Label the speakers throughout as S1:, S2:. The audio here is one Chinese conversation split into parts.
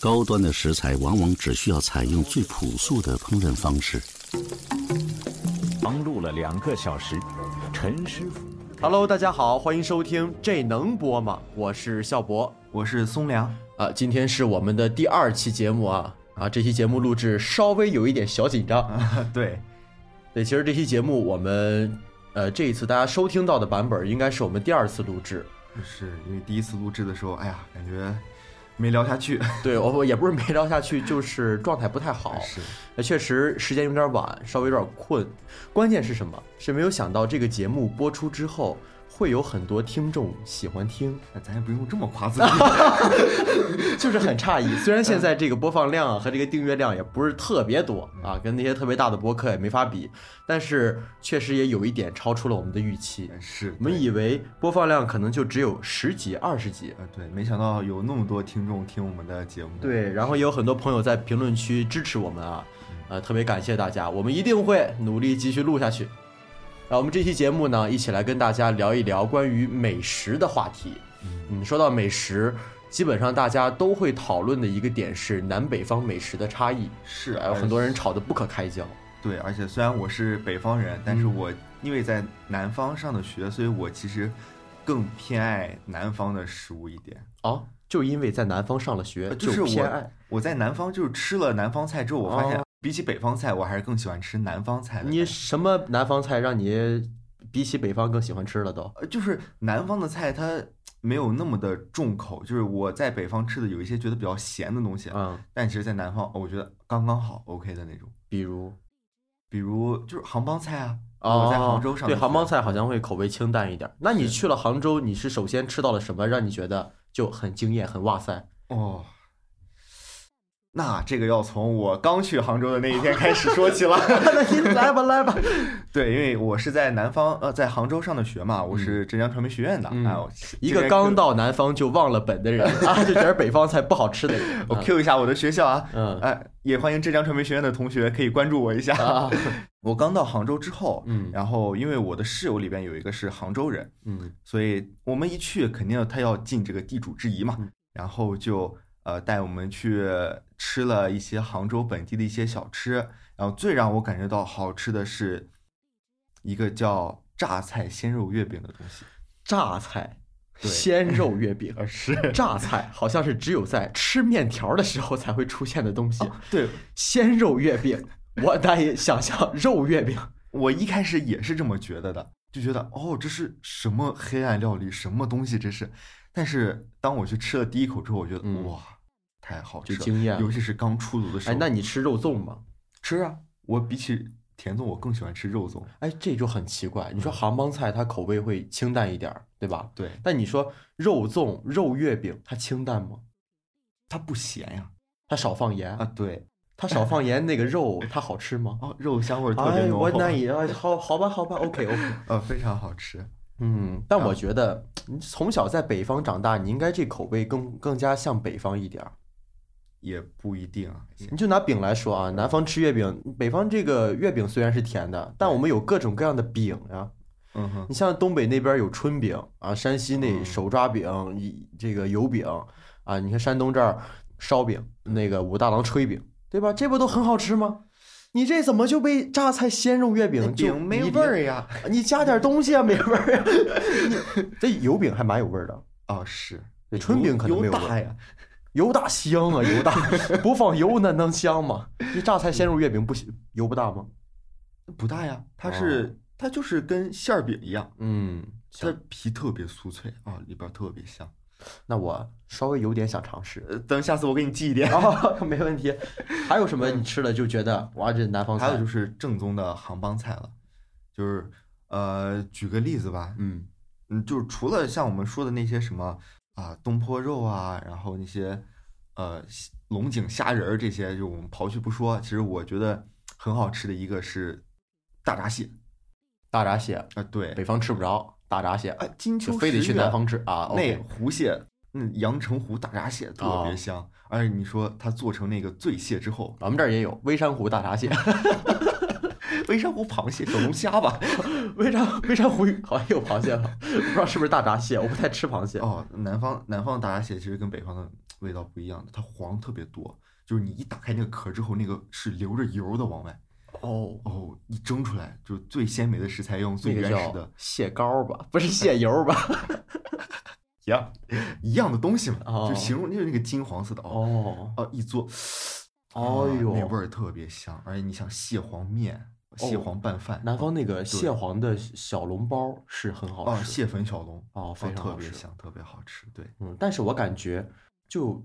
S1: 高端的食材往往只需要采用最朴素的烹饪方式。
S2: 忙碌了两个小时，陈师傅
S3: Hello，大家好，欢迎收听《这能播吗》，我是笑博
S4: 我是松良，
S3: 啊，今天是我们的第二期节目啊啊，这期节目录制稍微有一点小紧张。
S4: 对，
S3: 对，其实这期节目我们呃这一次大家收听到的版本应该是我们第二次录制，
S4: 是因为第一次录制的时候，哎呀，感觉没聊下去，
S3: 对我我也不是没聊下去， 就是状态不太好，呃确实时间有点晚，稍微有点困。关键是什么？是没有想到这个节目播出之后会有很多听众喜欢听。
S4: 那咱也不用这么夸 自己，
S3: 就是很诧异。虽然现在这个播放量啊和这个订阅量也不是特别多啊，跟那些特别大的播客也没法比，但是确实也有一点超出了我们的预期。
S4: 是
S3: 我们
S4: 对
S3: 以为播放量可能就只有十几、二十几，
S4: 呃对，没想到有那么多听众听我们的节目，
S3: 对，然后也有很多朋友在评论区支持我们啊，呃，特别感谢大家，我们一定会努力继续录下去。然后我们这期节目呢，一起来跟大家聊一聊关于美食的话题。嗯，说到美食，基本上大家都会讨论的一个点是南北方美食的差异，哎
S4: 是
S3: 啊
S4: 呃
S3: 还有很多人吵得不可开交。
S4: 对，而且虽然我是北方人，但
S3: 嗯
S4: 是我因为在南方上的学，所以我其实更偏爱南方的食物一点，
S3: 哦，就因为在南方上了学，
S4: 呃就是
S3: 偏
S4: 我
S3: 爱。
S4: 我在南方就是吃了南方菜之后，我发现
S3: 哦
S4: 比起北方菜，我还是更喜欢吃南方菜的感觉。
S3: 你什么南方菜让你比起北方更喜欢吃了都？
S4: 呃，就是南方的菜它没有那么的重口，就是我在北方吃的有一些觉得比较咸的东西，啊
S3: 嗯，
S4: 但其实，在南方我觉得刚刚好 OK 的那种。
S3: 比如
S4: 比如就是杭帮菜啊，
S3: 哦，
S4: 我在杭州上
S3: 对
S4: 的
S3: 杭帮
S4: 学
S3: 菜好像会口味清淡一点。那你
S4: 是
S3: 去了杭州，你是首先吃到了什么，让你觉得就很惊艳、很哇 塞？
S4: 哦。那这个要从我刚去杭州的那一天开始 说起了。
S3: 那你来吧，来吧。
S4: 对，因为我是在南方，呃，在杭州上的学嘛，我是浙江传媒学院的。
S3: 嗯
S4: 哎，我
S3: 一
S4: 这
S3: 个
S4: 边
S3: 刚
S4: Q-
S3: 到南方就忘了本的人 啊，就觉得北方菜不好吃的人。
S4: 我 Q 一下我的学校啊，
S3: 嗯
S4: 哎，也欢迎浙江传媒学院的同学可以关注我一下。
S3: 啊，
S4: 我刚到杭州之后，
S3: 嗯
S4: 然后因为我的室友里边有一个是杭州人，
S3: 嗯
S4: 所以我们一去肯定他要尽这个地主之谊嘛
S3: 嗯，
S4: 然后就呃带我们去吃了一些杭州本地的一些小吃，然后最让我感觉到好吃的是一个叫榨菜鲜肉月饼的东西，
S3: 榨菜、
S4: 对、
S3: 鲜肉月饼
S4: 是
S3: 榨菜好像是只有在吃面条的时候才会出现的东西。
S4: 哦对
S3: 鲜肉月饼，我难以想象肉月饼。
S4: 我一开始也是这么觉得的，就觉得哦这是什么黑暗料理，什么东西这是，但是当我去吃了第一口之后，我觉得、
S3: 嗯
S4: 哇太好
S3: 就
S4: 吃
S3: 惊艳了
S4: 尤其是刚出炉的时候。
S3: 哎，那你吃肉粽吗？
S4: 吃啊，我比起甜粽，我更喜欢吃肉粽。
S3: 哎，这就很奇怪。你
S4: 嗯
S3: 说杭帮菜它口味会清淡一点儿，对吧？
S4: 对，
S3: 但你说肉粽、肉月饼，它清淡吗？
S4: 它不咸呀、
S3: 它少放盐
S4: 啊，，对，
S3: 它少放盐，那个肉它好吃吗？
S4: 哦，肉香味儿特别
S3: 哎，
S4: 浓
S3: 我
S4: 厚，
S3: 难以， 哎好好吧，好吧，OK OK。
S4: 呃，非常好吃。
S3: 嗯，但
S4: 啊
S3: 我觉得你从小在北方长大，你应该这口味更更加像北方一点儿。
S4: 也不一定啊，
S3: 你就拿饼来说啊，南方吃月饼，北方这个月饼虽然是甜的，但我们有各种各样的饼呀、
S4: 嗯哼，
S3: 你像东北那边有春饼啊，山西那
S4: 嗯
S3: 手抓饼，一这个油饼啊，你看山东这儿烧饼，那个武大郎炊饼，对吧？这不都很好吃吗？你这怎么就被榨菜鲜肉月饼就
S4: 饼没
S3: 你
S4: 味儿呀。
S3: 你加点东西啊，没味儿呀。 你这油饼还蛮有味儿的，
S4: 啊，是
S3: 对春饼可能没有
S4: 油
S3: 味
S4: 大
S3: 儿。
S4: 呀。
S3: 油大香啊，油大 不放油那能香吗？这榨菜鲜肉月饼不行油不大吗？
S4: 不大
S3: 哦
S4: 呀，它是它就是跟馅儿饼一样，
S3: 嗯，
S4: 它皮特别酥脆啊，里边儿特别香。
S3: 那我稍微有点想尝试。
S4: 呃，等下次我给你寄一点。
S3: 哦， 没问题。还有什么你吃了就觉得哇，这南方菜？
S4: 嗯还有就是正宗的杭帮菜了，就是呃，举个例子吧，
S3: 嗯
S4: 嗯，就是除了像我们说的那些什么啊东坡肉啊，然后那些呃西龙井虾仁儿这些，就我们刨去不说，其实我觉得很好吃的一个是大闸蟹
S3: 大闸蟹，
S4: 啊，对，
S3: 北方吃不着大闸蟹，
S4: 啊金
S3: 就
S4: 秋
S3: 非得
S4: 十
S3: 去
S4: 月
S3: 南方吃啊。
S4: 那
S3: OK，
S4: 湖蟹，那阳澄湖大闸蟹特
S3: 哦
S4: 别香，而且你说它做成那个醉蟹之后，
S3: 我们这儿也有微山湖大闸蟹，
S4: 微山湖螃蟹、小龙虾 吧，
S3: 微山微山湖 好像
S4: 哦
S3: 有螃蟹吧？不知道是不是大闸蟹，我不太吃螃蟹。
S4: 哦，南方南方大闸蟹其实跟北方的味道不一样的，它黄特别多，就是你一打开那个壳之后，那个是流着油的往外，
S3: 哦，
S4: 哦，一蒸出来就是最鲜美的食材，用最
S3: 那个
S4: 原始
S3: 叫
S4: 的
S3: 蟹膏吧，不是蟹油吧？
S4: 一样一样的东西嘛，
S3: 哦
S4: 就形容就是那个金黄色的哦，
S3: 哦，
S4: 哦，一嘬，啊
S3: 哎呦，哦
S4: 那味儿特别香，而且你想蟹黄面、蟹黄拌饭，
S3: 南方那个
S4: 对
S3: 蟹黄的小笼包是很好
S4: 啊
S3: 吃，
S4: 蟹粉小笼
S3: 哦
S4: 啊
S3: 非常
S4: 特
S3: 好
S4: 别
S3: 吃
S4: 香，特别好吃，对，
S3: 嗯，但是我感觉就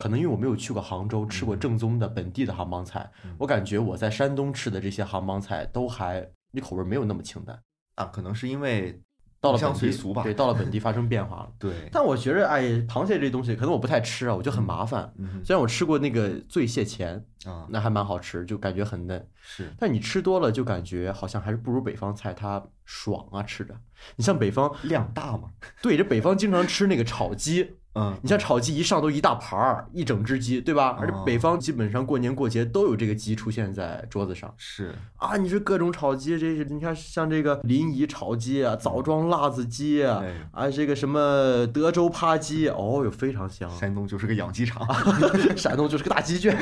S3: 可能因为我没有去过杭州吃过正宗的本地的杭帮菜，
S4: 嗯
S3: 我感觉我在山东吃的这些杭帮菜都还你口味没有那么清淡，
S4: 啊，可能是因为
S3: 到了
S4: 入乡
S3: 本地
S4: 随俗吧
S3: 对，到了本地发生变化了。
S4: 对，
S3: 但我觉着，哎，螃蟹这东西可能我不太吃啊，我觉得很麻烦。
S4: 嗯
S3: 虽然我吃过那个醉蟹钳，
S4: 哼啊
S3: 那还蛮好吃，就感觉很嫩。
S4: 是
S3: 但你吃多了就感觉好像还是不如北方菜它爽啊，吃着。你像北方，
S4: 量大嘛，
S3: 对着北方经常吃那个炒鸡，
S4: 嗯，
S3: 你像炒鸡一上都一大盘儿，一整只鸡，对吧？而且
S4: 哦
S3: 北方基本上过年过节都有这个鸡出现在桌子上
S4: 是
S3: 啊！你说各种炒鸡，这是你看像这个临沂炒鸡啊，枣庄辣子鸡啊
S4: 哎，
S3: 啊这个什么德州扒鸡，哦哟非常香，
S4: 山东就是个养鸡场，
S3: 啊 山东就是个大鸡圈，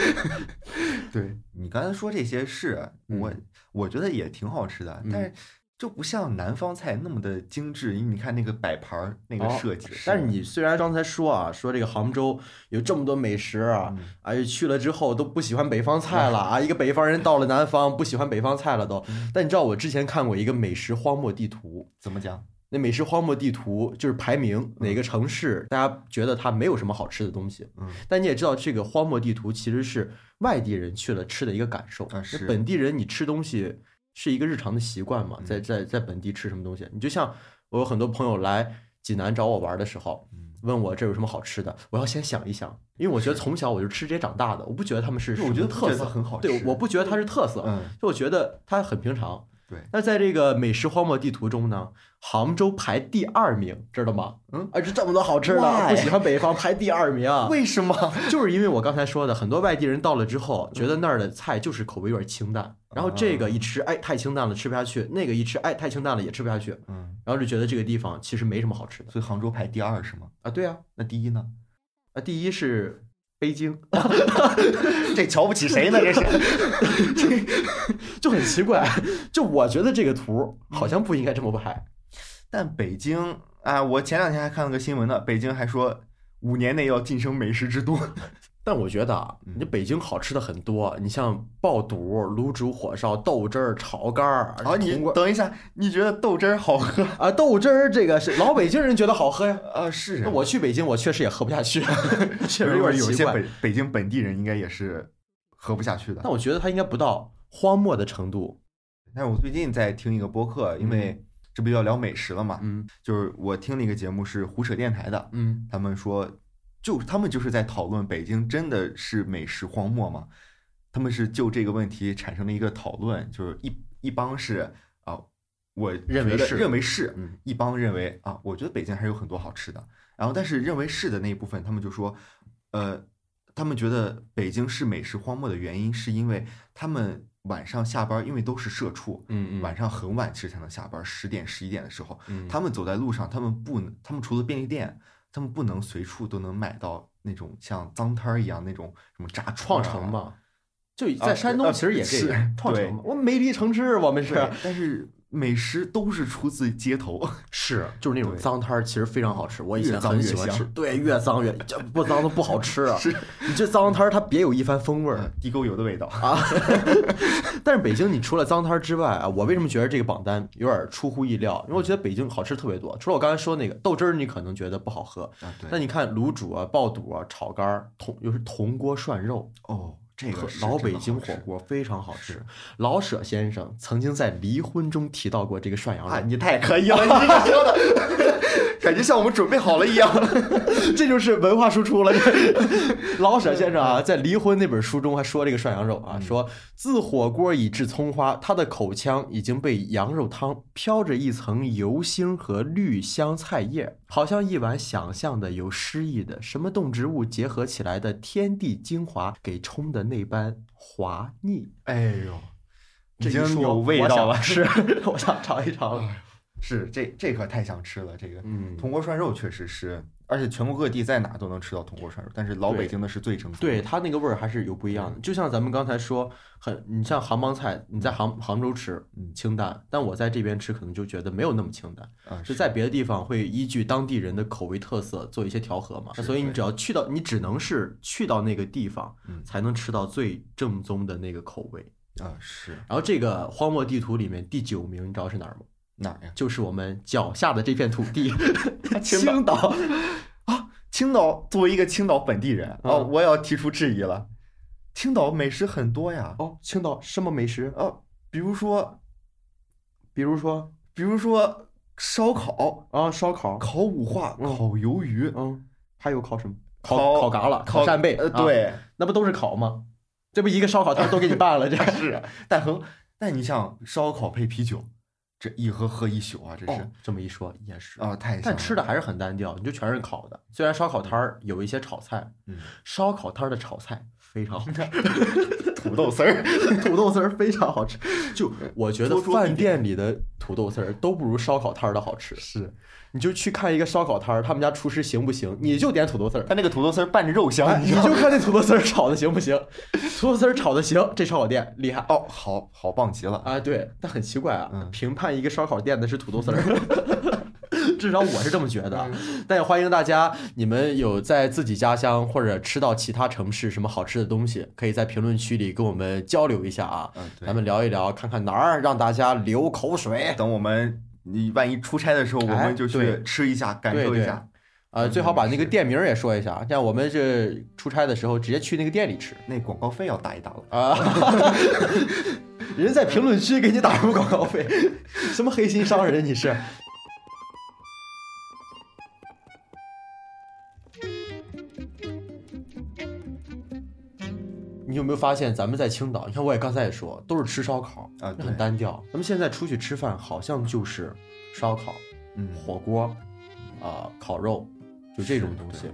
S4: 对你刚才说这些是，
S3: 嗯
S4: 我我觉得也挺好吃的，但是。就不像南方菜那么的精致，因为你看那个摆盘儿那个
S3: 哦
S4: 设计，
S3: 但是你虽然刚才说啊，说这个杭州有这么多美食啊，
S4: 嗯
S3: 哎去了之后都不喜欢北方菜了啊，一个北方人到了南方不喜欢北方菜了都。但你知道我之前看过一个美食荒漠地图，
S4: 怎么讲？
S3: 那美食荒漠地图就是排名哪个城市大家觉得它没有什么好吃的东西。
S4: 嗯，
S3: 但你也知道，这个荒漠地图其实是外地人去了吃的一个感受，
S4: 啊是
S3: 那本地人你吃东西是一个日常的习惯嘛，
S4: 嗯
S3: 在在在本地吃什么东西，你就像我有很多朋友来济南找我玩的时候
S4: 嗯，
S3: 问我这有什么好吃的，我要先想一想，因为我觉得从小我就吃这些长大的，我不觉得他们是
S4: 我觉
S3: 什么
S4: 得
S3: 特
S4: 不觉
S3: 色
S4: 得很好
S3: 对
S4: 吃，
S3: 我不觉得它是特色，
S4: 嗯
S3: 就我觉得它很平常。
S4: 对
S3: 那在这个美食荒漠地图中呢，杭州排第二名，知道吗？
S4: 嗯，
S3: 而且哎这么多好吃的，
S4: Why？
S3: 不喜欢北方排第二名，啊
S4: 为什么？
S3: 就是因为我刚才说的，很多外地人到了之后，觉得那儿的菜就是口味有点清
S4: 嗯
S3: 淡，然后这个一吃，哎，太清淡了，吃不下去；那个一吃，哎，太清淡了，也吃不下去。
S4: 嗯，
S3: 然后就觉得这个地方其实没什么好吃的
S4: 所以杭州排第二是吗？
S3: 啊。对啊，
S4: 那第一呢？
S3: 啊，第一是北京，
S4: 这瞧不起谁呢？这是
S3: 就很奇怪，就我觉得这个图好像不应该这么排。
S4: 但北京啊，我前两天还看了个新闻呢，北京还说五年内要晋升美食之都。
S3: 但我觉得啊，
S4: 嗯
S3: 你北京好吃的很多，你像爆肚、卤煮、火烧、豆汁儿、炒肝儿、
S4: 好，啊 你
S3: 铜锅
S4: 等一下，你觉得豆汁儿好喝
S3: 啊，豆汁儿这个是老北京人觉得好喝呀。
S4: 啊？是
S3: 那
S4: 我
S3: 我去北京，我确实也喝不下 去，确实
S4: 有
S3: 点
S4: 有
S3: 奇
S4: 些
S3: 怪。
S4: 北北京本地人应该也是喝不下去的
S3: 但。我觉得它应该不到荒漠的程度。
S4: 但是我最近在听一个播客，因为这不就要聊美食了嘛，
S3: 嗯
S4: 就是我听了一个节目是胡扯电台的，
S3: 嗯，
S4: 他们说，就他们就是在讨论北京真的是美食荒漠吗？他们是就这个问题产生了一个讨论，就是一一帮是啊，我
S3: 认为
S4: 觉得
S3: 是
S4: 认为是，
S3: 嗯
S4: 一帮认为啊，我觉得北京还是有很多好吃的。然后但是认为是的那一部分，他们就说，呃，他们觉得北京是美食荒漠的原因，是因为他们晚上下班，因为都是社畜，
S3: 嗯嗯
S4: 晚上很晚其实才能下班，十点十一点的时候，
S3: 嗯
S4: 他们走在路上，他们不能，他们除了便利店，他们不能随处都能买到那种像脏摊儿一样那种什么炸
S3: 创
S4: 串儿啊
S3: 城，嘛，就
S4: 啊
S3: 在山东
S4: 呃
S3: 其实也这样
S4: 是，
S3: 创
S4: 对
S3: 城嘛，我们没离城市，我们是
S4: 对，但是美食都是出自街头，
S3: 是，就是那种
S4: 嗯对
S3: 脏摊儿，其实非常好吃。我以前
S4: 越脏
S3: 很
S4: 越
S3: 喜欢吃，
S4: 香
S3: 对，越脏越这不脏都不好吃 啊。 你这脏摊儿它别有一番风味儿。
S4: 呃
S3: 啊
S4: 地沟油的味道。啊
S3: 但是北京，你除了脏摊儿之外啊，我为什么觉得这个榜单有点出乎意料？因为我觉得北京好吃特别多，除了我刚才说那个豆汁儿，你可能觉得不好喝，
S4: 啊，对，
S3: 那你看卤煮啊、爆肚啊、炒肝儿、铜又是铜锅涮肉，
S4: 哦，这个
S3: 和
S4: 是
S3: 老
S4: 真的
S3: 北京
S4: 好
S3: 火
S4: 吃
S3: 锅非常好吃
S4: 是。
S3: 老舍先生曾经在《离婚》中提到过这个涮羊
S4: 啊，
S3: 肉，
S4: 你太可以了，你这个说的， 感觉像我们准备好了一样。
S3: 这就是文化输出了。这老舍先生啊，在《离婚》那本书中还说这个涮羊肉
S4: 嗯
S3: 啊，说自火锅以至葱花，他的口腔已经被羊肉汤飘着一层油腥和绿香菜叶，好像一碗想象的有诗意的什么动植物结合起来的天地精华给冲的那般滑腻。
S4: 哎呦，
S3: 这一
S4: 已经
S3: 说
S4: 有味道了 哎
S3: 我想是，我想尝一尝了。
S4: 是这这可太想吃了，这个
S3: 嗯，
S4: 铜锅涮肉确实是，而且全国各地在哪都能吃到铜锅涮肉，但是老北
S3: 对
S4: 京的是最正宗。
S3: 对，它那个味儿还是有不一样的。就像咱们刚才说，很你像杭帮菜，你在杭杭州吃
S4: 嗯
S3: 清淡，但我在这边吃可能就觉得没有那么清淡，
S4: 啊，
S3: 就是在别的地方会依据当地人的口味特色做一些调和嘛。
S4: 是
S3: 那所以你
S4: 对
S3: 只要去到，你只能是去到那个地方
S4: 嗯，
S3: 才能吃到最正宗的那个口味。
S4: 啊是
S3: 然后这个荒漠地图里面第九名，你知道是哪儿吗？
S4: 哪呀？
S3: 就是我们脚下的这片土地，
S4: 青岛啊，青岛作为一个青岛本地人啊、
S3: 嗯
S4: 我也要提出质疑了。青岛美食很多呀，
S3: 哦，青岛什么美食？
S4: 啊，比如说，
S3: 比如说
S4: 比如说烧烤、
S3: 啊，烧烤，
S4: 烤五花、
S3: 嗯
S4: 烤鱿鱼、
S3: 嗯，还有烤什么？
S4: 烤
S3: 烤嘎啦，
S4: 烤
S3: 扇贝，
S4: 呃，
S3: 啊，
S4: 对，
S3: 那不都是烤吗？这不一个烧烤摊都给你办 了，这
S4: 是。但很，但你想烧烤配啤酒，这一喝喝一宿啊，这是
S3: 哦，这么一说也是
S4: 啊、太香
S3: 但
S4: 了
S3: 吃的还是很单调，你就全是烤的。虽然烧烤摊儿有一些炒菜，
S4: 嗯
S3: 烧烤摊儿的炒菜非常 好吃，
S4: 土豆丝儿，
S3: 土豆丝儿非常好吃。 就我觉得
S4: 多说一
S3: 饭店里的土豆丝儿都不如烧烤摊儿的好吃。
S4: 是
S3: 你就去看一个烧烤摊儿，他们家厨师行不行？你就点土豆丝儿，
S4: 它那个土豆丝儿拌着肉香，
S3: 哎，你
S4: 知道
S3: 就
S4: 吗
S3: 看那土豆丝儿炒的行不行？土豆丝儿炒的行，这烧烤店厉害
S4: 哦，好好棒极了，
S3: 啊！对，但很奇怪啊，
S4: 嗯
S3: 评判一个烧烤店的是土豆丝 儿。至少我是这么觉得啊，
S4: 嗯
S3: 但也欢迎大家，你们有在自己家乡或者吃到其他城市什么好吃的东西，可以在评论区里跟我们交流一下啊，
S4: 嗯，对
S3: 咱。们聊一聊，看看哪儿让大家流口水。
S4: 等我们你万一出差的时候，我
S3: 哎
S4: 们就去
S3: 对
S4: 吃一下，感
S3: 对
S4: 受一
S3: 对
S4: 下。
S3: 呃，
S4: 嗯
S3: 最好把那个
S4: 是
S3: 店名儿也说一下，这啊样我们这出差的时候直接去那个店里吃。
S4: 那广告费要打一打了。
S3: 啊， 人家在评论区给你打入广告费， 什么黑心商人你是？你有没有发现，咱们在青岛，你看我也刚才也说，都是吃烧烤
S4: 啊对
S3: 很单调。咱们现在出去吃饭，好像就是烧烤、
S4: 嗯，
S3: 火锅，啊、烤肉，就这种
S4: 是
S3: 东西
S4: 对。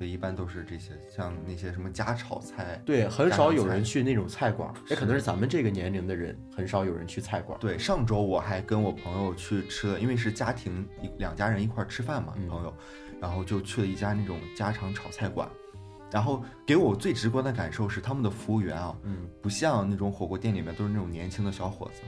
S4: 对，一般都是这些，像那些什么家炒菜，
S3: 对，很
S4: 家
S3: 少
S4: 常
S3: 有
S4: 菜
S3: 人去那种嗯菜馆儿，也可
S4: 是
S3: 能是咱们这个年龄的人，很少有人去菜馆儿。
S4: 对，上周我还跟我朋友去吃了，因为是家庭一两家人一块儿吃饭嘛，
S3: 嗯
S4: 朋友，然后就去了一家那种家常炒菜馆，然后给我最直观的感受是他们的服务员啊，
S3: 嗯，
S4: 不像那种火锅店里面都是那种年轻的小伙子，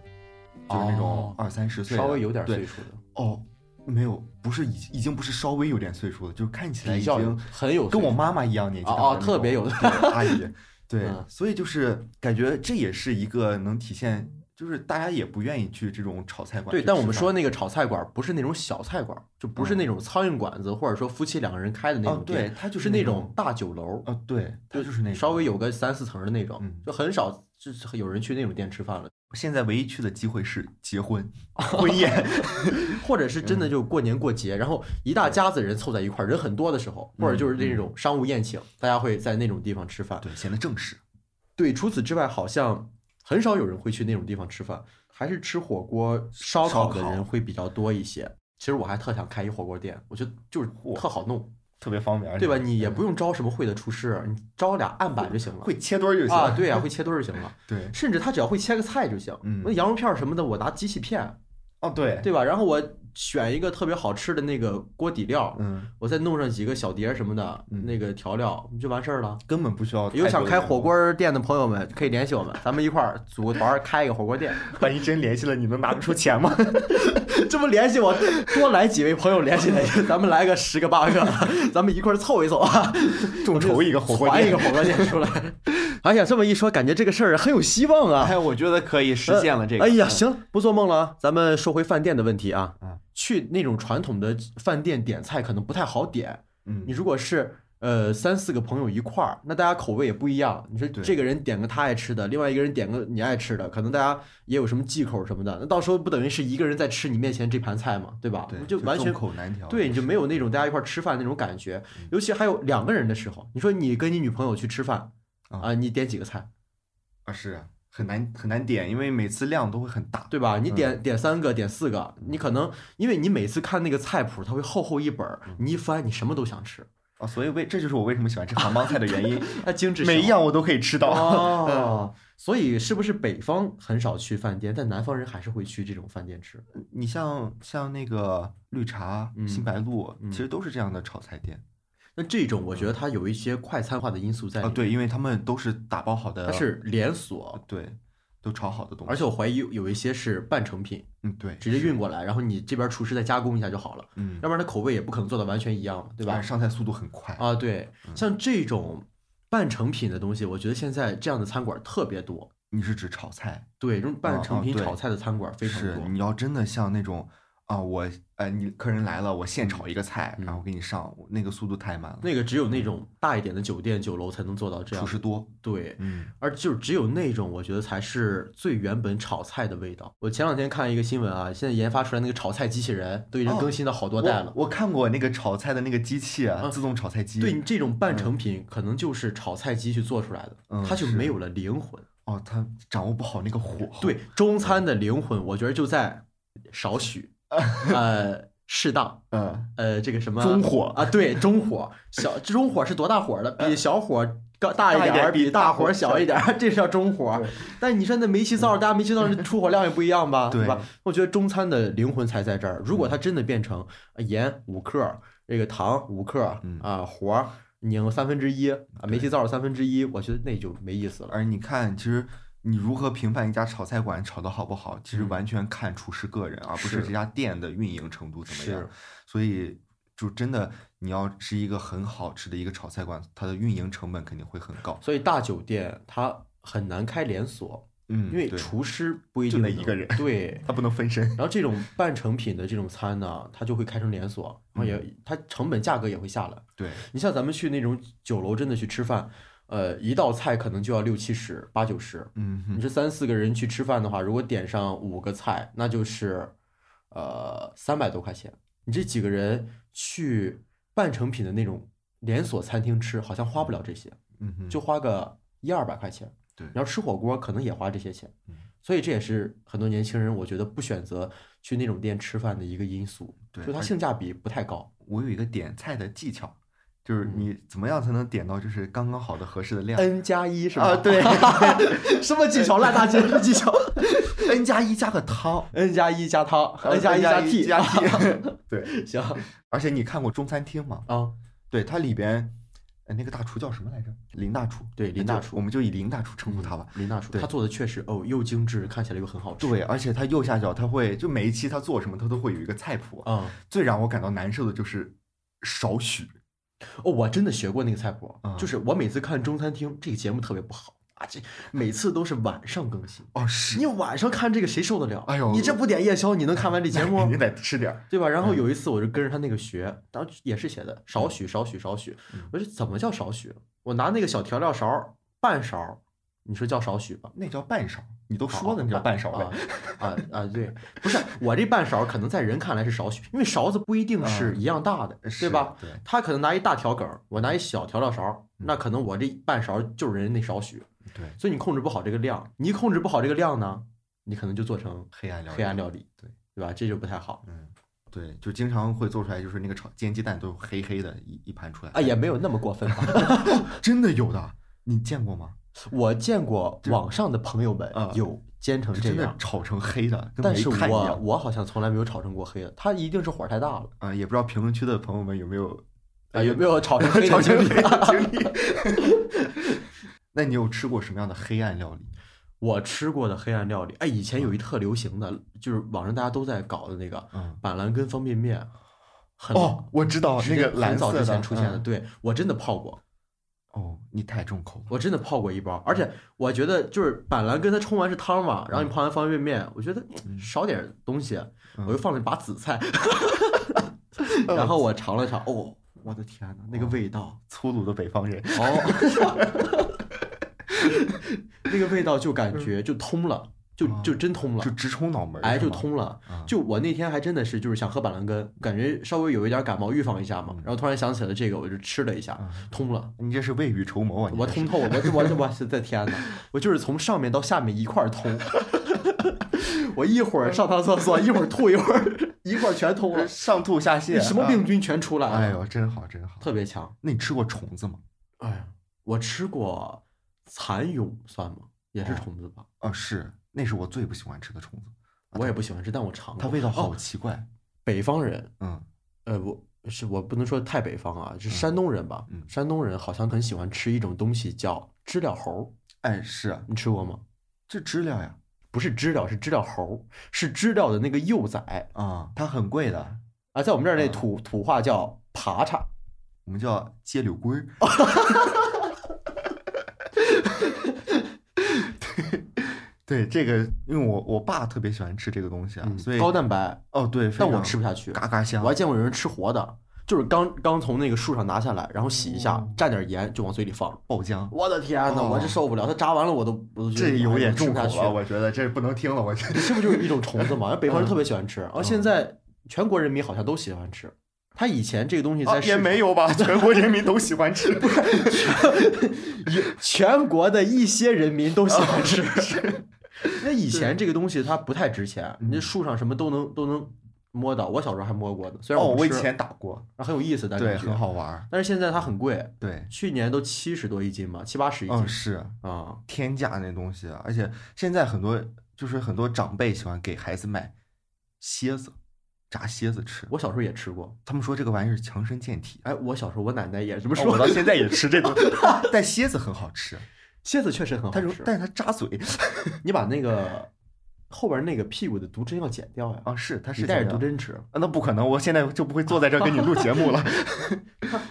S4: 就是那种
S3: 哦
S4: 二三十岁的，
S3: 稍微有点
S4: 对
S3: 岁数的，
S4: 哦，没有，不是已已经不是稍微有点岁数了，就是看起来已
S3: 比较有
S4: 经
S3: 很有岁
S4: 跟我
S3: 数
S4: 妈妈一样年纪大的
S3: 哦哦
S4: 那
S3: 特别
S4: 种
S3: 有
S4: 对阿 姨，对，
S3: 嗯
S4: 所以就是感觉这也是一个能体现，就是大家也不愿意去这种炒菜馆去吃饭。
S3: 对，但我们说那个炒菜馆儿不是那种小菜馆儿，就不是那种苍蝇馆子，或者说夫妻两个人开的那
S4: 哦
S3: 种，
S4: 对，
S3: 店，
S4: 它就
S3: 就是
S4: 那
S3: 那种，嗯大酒楼，
S4: 哦，对，它就是那种。
S3: 稍微有个三四层的那种
S4: 嗯，
S3: 就很少就是有人去那种店吃饭了，
S4: 现在唯一去的机会是 结婚婚宴，
S3: 或者是真的就过年过节，然后一大家子人凑在一块儿，人很多的时候，或者就是那种商务宴请，大家会在那种地方吃饭。
S4: 对，显得正式。
S3: 对，除此之外，好像很少有人会去那种地方吃饭，还是吃火锅、烧
S4: 烧
S3: 烤的
S4: 烤
S3: 人会比较多一些。其实我还特想开一火锅店，我觉得就是特好弄，
S4: 特别方便，
S3: 对吧？你也不用招什么会的厨师，你招俩案板就行了。
S4: 嗯会切墩儿就行
S3: 啊，对啊， 会切墩儿就行了。
S4: 对，
S3: 甚至他只要会切个菜就行。
S4: 嗯
S3: 那羊肉片儿什么的，我拿机器片，
S4: 哦对，
S3: 对吧？然后我选一个特别好吃的那个锅底料，
S4: 嗯，
S3: 我再弄上几个小碟儿什么的，
S4: 嗯
S3: 那个调料就完事儿了。
S4: 根本不需要太多
S3: 有
S4: 的
S3: 想开
S4: 人
S3: 火，锅儿店的朋友们，可以联系我们，咱们一块儿组个团儿开一个火锅店。
S4: 万一真联系了，你能拿得出钱吗？
S3: 这不联系我，多来几位朋友联系联 系，咱们来个十个八个，咱们一块儿凑一凑 啊，
S4: 众筹一个火锅
S3: 团
S4: 店，
S3: 一个火锅店出来。 哎呀，这么一说，感觉这个事儿很有希望啊。
S4: 哎，我觉得可以实现了这个。
S3: 哎呀，行，不做梦了啊！咱们说回饭店的问题啊
S4: 嗯，
S3: 去那种传统的饭店点菜可能不太好点。
S4: 嗯，
S3: 你如果是呃三四个朋友一块儿，那大家口味也不一样。你说
S4: 对
S3: 这个人点个他爱吃的，另外一个人点个你爱吃的，可能大家也有什么忌口什么的，那到时候不等于是一个人在吃你面前这盘菜嘛，对吧？
S4: 对，
S3: 就完全
S4: 众口难调，
S3: 对，你就没
S4: 有
S3: 有那种大家一块儿吃饭那种感觉，
S4: 嗯
S3: 尤其还有两个人的时候，你说你跟你女朋友去吃饭
S4: 啊
S3: 啊、你点几个菜，
S4: 啊，是啊很难很难点，因为每次量都会很大。
S3: 对吧？你
S4: 嗯
S3: 点点三个，点四个，你可能因为你每次看那个菜谱，它会厚厚一本儿，
S4: 嗯
S3: 你一翻你什么都想吃，
S4: 啊， 所以为这就是我为什么喜欢吃杭帮菜的原因，
S3: 它精致小
S4: 每一样我都可以吃到。
S3: 哦，所以是不是北方很少去饭店，但南方人还是会去这种饭店吃？
S4: 你像像那个绿茶
S3: 嗯、
S4: 新白露，
S3: 嗯
S4: 其实都是这样的炒菜店
S3: 那这种我觉得它有一些快餐化的因素在里
S4: 啊。
S3: 面，
S4: 对，因为他们都是打包好的，
S3: 它是连锁，
S4: 对，都炒好的东西。
S3: 而且我怀疑有一些是半成品，
S4: 嗯，对，
S3: 直接运过来，然后你这边厨师再加工一下就好了，
S4: 嗯，
S3: 要不然它口味也不可能做到完全一样嘛，对
S4: 对哦
S3: 吧？
S4: 上菜速度很快。
S3: 啊，对，
S4: 嗯
S3: 像这种半成品的东西，我觉得现在这样的餐馆特别多。
S4: 你是指炒菜？
S3: 对，这种半
S4: 啊
S3: 成
S4: 啊
S3: 品
S4: 对
S3: 炒菜的餐馆非常
S4: 是
S3: 多。
S4: 你要真的像那种啊，我呃，你客人来了，我现炒一个菜，
S3: 嗯
S4: 然后给你上，那个速度太慢了。
S3: 那个只有那种大一点的酒店酒楼才能做到这样
S4: 厨
S3: 的。
S4: 师多，
S3: 对，
S4: 嗯
S3: 而就只有那种，我觉得才是最原本炒菜的味道。我前两天看一个新闻啊，现在研发出来那个炒菜机器人都已经
S4: 哦
S3: 更新到好多
S4: 我
S3: 代了。
S4: 我看过那个炒菜的那个机器啊，
S3: 嗯
S4: 自动炒菜机。
S3: 对你这种半成品，可能就是炒菜机去做出来的，
S4: 嗯
S3: 它就是没有了灵魂。
S4: 哦，他掌握不好那个火候。
S3: 对，中餐的灵魂，我觉得就在少 许，呃，适当，
S4: 嗯，
S3: 呃，这个什么
S4: 中火
S3: 啊，对，中火小中火是多大火的？比小火高大一
S4: 大一
S3: 点儿，
S4: 点比
S3: 比
S4: 大
S3: 大
S4: 火
S3: 火小
S4: 小
S3: 一
S4: 一
S3: 点儿， 这是叫中火
S4: 对。嗯
S3: 但你说那煤气灶，大家煤气灶这出火量也不一样 吧，
S4: 对
S3: 吧？我觉得中餐的灵魂才在这儿。如果它真的变成呃盐五克儿，这个糖五克儿
S4: 嗯
S3: 啊，火儿拧三分之一，啊煤气灶三分之一，我觉得那就没意思了。
S4: 而你看，其实你如何评判一家炒菜馆炒的好不好，其实
S3: 嗯
S4: 完全看厨师个人，而不是
S3: 是
S4: 这家店的运营程度怎么
S3: 是
S4: 样。所以，就真的你要是一个很好吃的一个炒菜馆，它的运营成本肯定会很高。
S3: 所以大酒店它很难开连锁，
S4: 嗯，
S3: 因为
S4: 对
S3: 厨师不一
S4: 就
S3: 定
S4: 那
S3: 能
S4: 一个人
S3: 对。
S4: 它不能分身。
S3: 然后这种半成品的这种餐呢，它就会开成连锁，然后也它成本价格也会下来。
S4: 对，
S3: 你像咱们去那种酒楼真的去吃饭，呃，一道菜可能就要六七十、八九十。
S4: 嗯
S3: 你
S4: 哼，
S3: 这三四个人去吃饭的话，如果点上五个菜，那就是呃三百多块钱。你这几个人去半成品的那种连锁餐厅吃，好像花不了这些。
S4: 嗯哼，
S3: 就花个一二百块钱。
S4: 对
S3: 然后吃火锅可能也花这些钱
S4: 嗯，
S3: 所以这也是很多年轻人我觉得不选择去那种店吃饭的一个因素，
S4: 对
S3: 就它
S4: 而
S3: 性价比不太高。
S4: 我有一个点菜的技巧，就是
S3: 嗯
S4: 你怎么样才能点到就是刚刚好的合适的量
S3: N 加一是吧？
S4: 啊？ 对
S3: 什么技巧？烂大街的技巧
S4: ，n 加一加个汤
S3: ？N 加一加汤
S4: 呃
S3: ，N 加一
S4: 加
S3: T，
S4: 加 T，对。
S3: 行
S4: 而且你看过中餐厅吗？
S3: 啊，
S4: 对，它里边，呃，那个大厨叫什么来着？林大厨。嗯
S3: 对林大
S4: 就
S3: 厨
S4: 我们就以林大厨称呼他吧。
S3: 林大厨
S4: 对
S3: 他做的确实哦，又精致，看起来又很好吃。
S4: 对，而且他右下角他会就每一期他做什么，他都会有一个菜谱。
S3: 啊，
S4: 最让我感到难受的就是少许
S3: 哦，我真的学过那个菜谱
S4: 啊，
S3: 就是我每次看中餐厅这个节目特别不好啊，这每次都是晚上更新。
S4: 哦，是
S3: 你晚上看这个谁受得了？
S4: 哎呦
S3: 你这不点夜宵，你能看完这节 目
S4: 肯定得吃嗯点儿。
S3: 对吧？然后有一次我就跟着他那个学，当时也是写的少许少许少许，
S4: 嗯
S3: 我说怎么叫少许？我拿那个小调料勺半勺，你说叫少许吧？
S4: 那叫半勺，你都
S3: 好
S4: 说了，那叫半勺
S3: 啊
S4: 呗。
S3: 啊啊！对，不是我这半勺可能在人看来是少许，因为勺子不一定是一样大的，嗯对嗯
S4: 是
S3: 吧？
S4: 对，
S3: 他可能拿一大条梗儿，我拿一小调料勺，那可能我这半勺就是人家那少许，
S4: 对，
S3: 所以你控制不好这个量，你一控制不好这个量呢，你可能就做成
S4: 黑暗料理。
S3: 黑暗料理，
S4: 对
S3: 对吧？这就不太好
S4: 嗯，对，就经常会做出来，就是那个炒煎鸡蛋都是黑黑的一一盘出来。
S3: 啊，也没有那么过分吧。
S4: 真的有的，你见过吗？
S3: 我见过网上的朋友们
S4: 啊
S3: 有煎成
S4: 是
S3: 这
S4: 真的
S3: 样，
S4: 炒成黑的，跟
S3: 但
S4: 煤
S3: 是
S4: 炭一
S3: 我
S4: 样。
S3: 我好像从来没有炒成过黑的，它一定是火太大了
S4: 啊、也不知道评论区的朋友们有 没有
S3: 啊，有没有炒成黑
S4: 炒
S3: 的
S4: 成
S3: 经
S4: 黑
S3: 历？
S4: 的 经历？那你有吃过什么样的黑暗料理？
S3: 我吃过的黑暗料理，哎，以前有一特流行的，就是网上大家都在搞的那个
S4: 嗯
S3: 板蓝根方便面，很
S4: 哦，我知道
S3: 时
S4: 那
S3: 间
S4: 个蓝
S3: 很早之
S4: 色的
S3: 前出现的，
S4: 嗯
S3: 对我真的泡过，
S4: 哦，你太重口了。
S3: 我真的泡过一包，而且我觉得就是板蓝根它冲完是汤嘛，然后你泡完方便面，我觉得少点东西，
S4: 嗯
S3: 我又放了一把紫 菜， 然后我尝了尝，哦，我的天呐，那个味道，
S4: 粗鲁的北方人，
S3: 哦，那个味道就感觉就通了，就就真通了
S4: 就，直冲脑门儿，
S3: 哎，
S4: 是
S3: 就
S4: 吗。
S3: 通了
S4: 啊。
S3: 就我那天还真的是就是想喝板蓝根，感觉稍微有一点感冒预防一下嘛，然后突然想起了这个，我就吃了一下，通了。
S4: 你这是未雨绸缪啊！你
S3: 我
S4: 这是
S3: 通透，我我我我是的天呐，我就是从上面到下面一块儿通，我一会儿上趟厕所，一会儿吐，一会儿一会儿全通了，
S4: 上吐下泻，
S3: 什么病菌全出来了，
S4: 啊？哎呦，真好，真好。
S3: 特别强。
S4: 那你吃过虫子吗？
S3: 哎呀，我吃过蚕蛹算吗？也是虫子吧？
S4: 啊，是，那是我最不喜欢吃的虫子，
S3: 我也不喜欢吃，但我尝过。
S4: 啊它味道好
S3: 哦
S4: 奇怪。
S3: 北方人，
S4: 嗯，
S3: 呃，我是我不能说太北方啊，是山东人吧？
S4: 嗯
S3: 山东人好像很喜欢吃一种东西叫知了猴，
S4: 哎，是
S3: 你吃过吗？
S4: 这知了呀，
S3: 不是知了，是知了猴，是知了的那个幼崽
S4: 啊，它很贵的，
S3: 啊，在我们这儿那
S4: 嗯
S3: 土土话叫爬叉。
S4: 我们叫接柳龟儿。 对，对，这个，因为我我爸特别喜欢吃这个东西啊，
S3: 嗯
S4: 所以
S3: 高蛋白，
S4: 哦对，非
S3: 但我
S4: 常
S3: 吃不下去。
S4: 嘎嘎香
S3: 我还。见过有人吃活的，就是刚刚从那个树上拿下来，然后洗一下，
S4: 哦
S3: 蘸点盐就往嘴里放。
S4: 爆浆，
S3: 我的天呐，
S4: 哦
S3: 我这受不了！它炸完了，我都我都觉得
S4: 这有
S3: 哎
S4: 点
S3: 我吃不
S4: 重口
S3: 下去。
S4: 了，我觉得这不能听了，我觉 得。
S3: 是不是就是一种虫子嘛？北方人
S4: 嗯
S3: 特别喜欢吃，而现在全国人民好像都喜欢吃。它以前这个东西在
S4: 啊也
S3: 市
S4: 没有 吧，全国人民都喜欢吃。
S3: 全国的一些人民都喜欢吃。 那以前这个东西它不太值钱，你这树上什么都能都能摸到，我小时候还摸过呢。虽然
S4: 哦，
S3: 我不
S4: 我以
S3: 吃
S4: 前打过，
S3: 啊很有意思，但
S4: 对，
S3: 感觉
S4: 很。好玩儿。
S3: 但是现在它很贵，
S4: 对，
S3: 去年都七十多一斤嘛，七八十一斤
S4: 嗯，是
S3: 啊。
S4: 天价那东西，啊而且现在很多就是很多长辈喜欢给孩子买蝎子，炸蝎子吃。
S3: 我小时候也吃过，
S4: 他们说这个玩意儿强身健体。
S3: 哎，我小时候我奶奶也这么
S4: 哦
S3: 说
S4: 我。到现在也吃这个，但蝎子很好 吃，
S3: 蝎子确实很好
S4: 但
S3: 吃
S4: 是，但是它扎嘴
S3: 你把那个后边那个屁股的毒针要剪掉呀。
S4: 啊，是它
S3: 你
S4: 是
S3: 带
S4: 这
S3: 着毒
S4: 样
S3: 针吃，
S4: 啊那不可能，我现在就不会坐在这儿跟你录节 目了。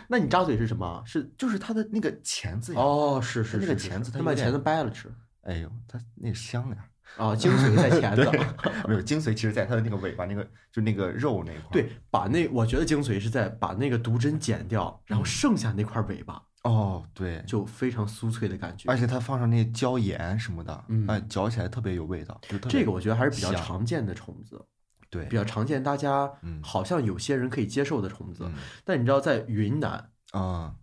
S3: 那你扎嘴是什么？是
S4: 就是它的那个钳子呀，
S3: 哦，是是
S4: 它那个
S3: 是是
S4: 钳子
S3: 他
S4: 它有
S3: 把
S4: 点
S3: 钳子掰了吃
S4: 哎呦，它那香呀，
S3: 啊，精髓在钳子。啊
S4: 没有精髓，其实在它的那个尾巴那个就那个肉那一块。，
S3: 对，把那我觉得精髓是在把那个毒针剪掉，然后剩下那块尾巴
S4: 哦对，
S3: 就非常酥脆的感觉
S4: 而。且它放上那椒盐什么的，
S3: 嗯
S4: 哎，嚼起来特别有味道。就特别
S3: 这个我觉得还是比较
S4: 香
S3: 常见的虫子，
S4: 对
S3: 比较常见，大家
S4: 嗯
S3: 好像有些人可以接受的虫子
S4: 嗯。
S3: 但你知道，在云南，
S4: 啊，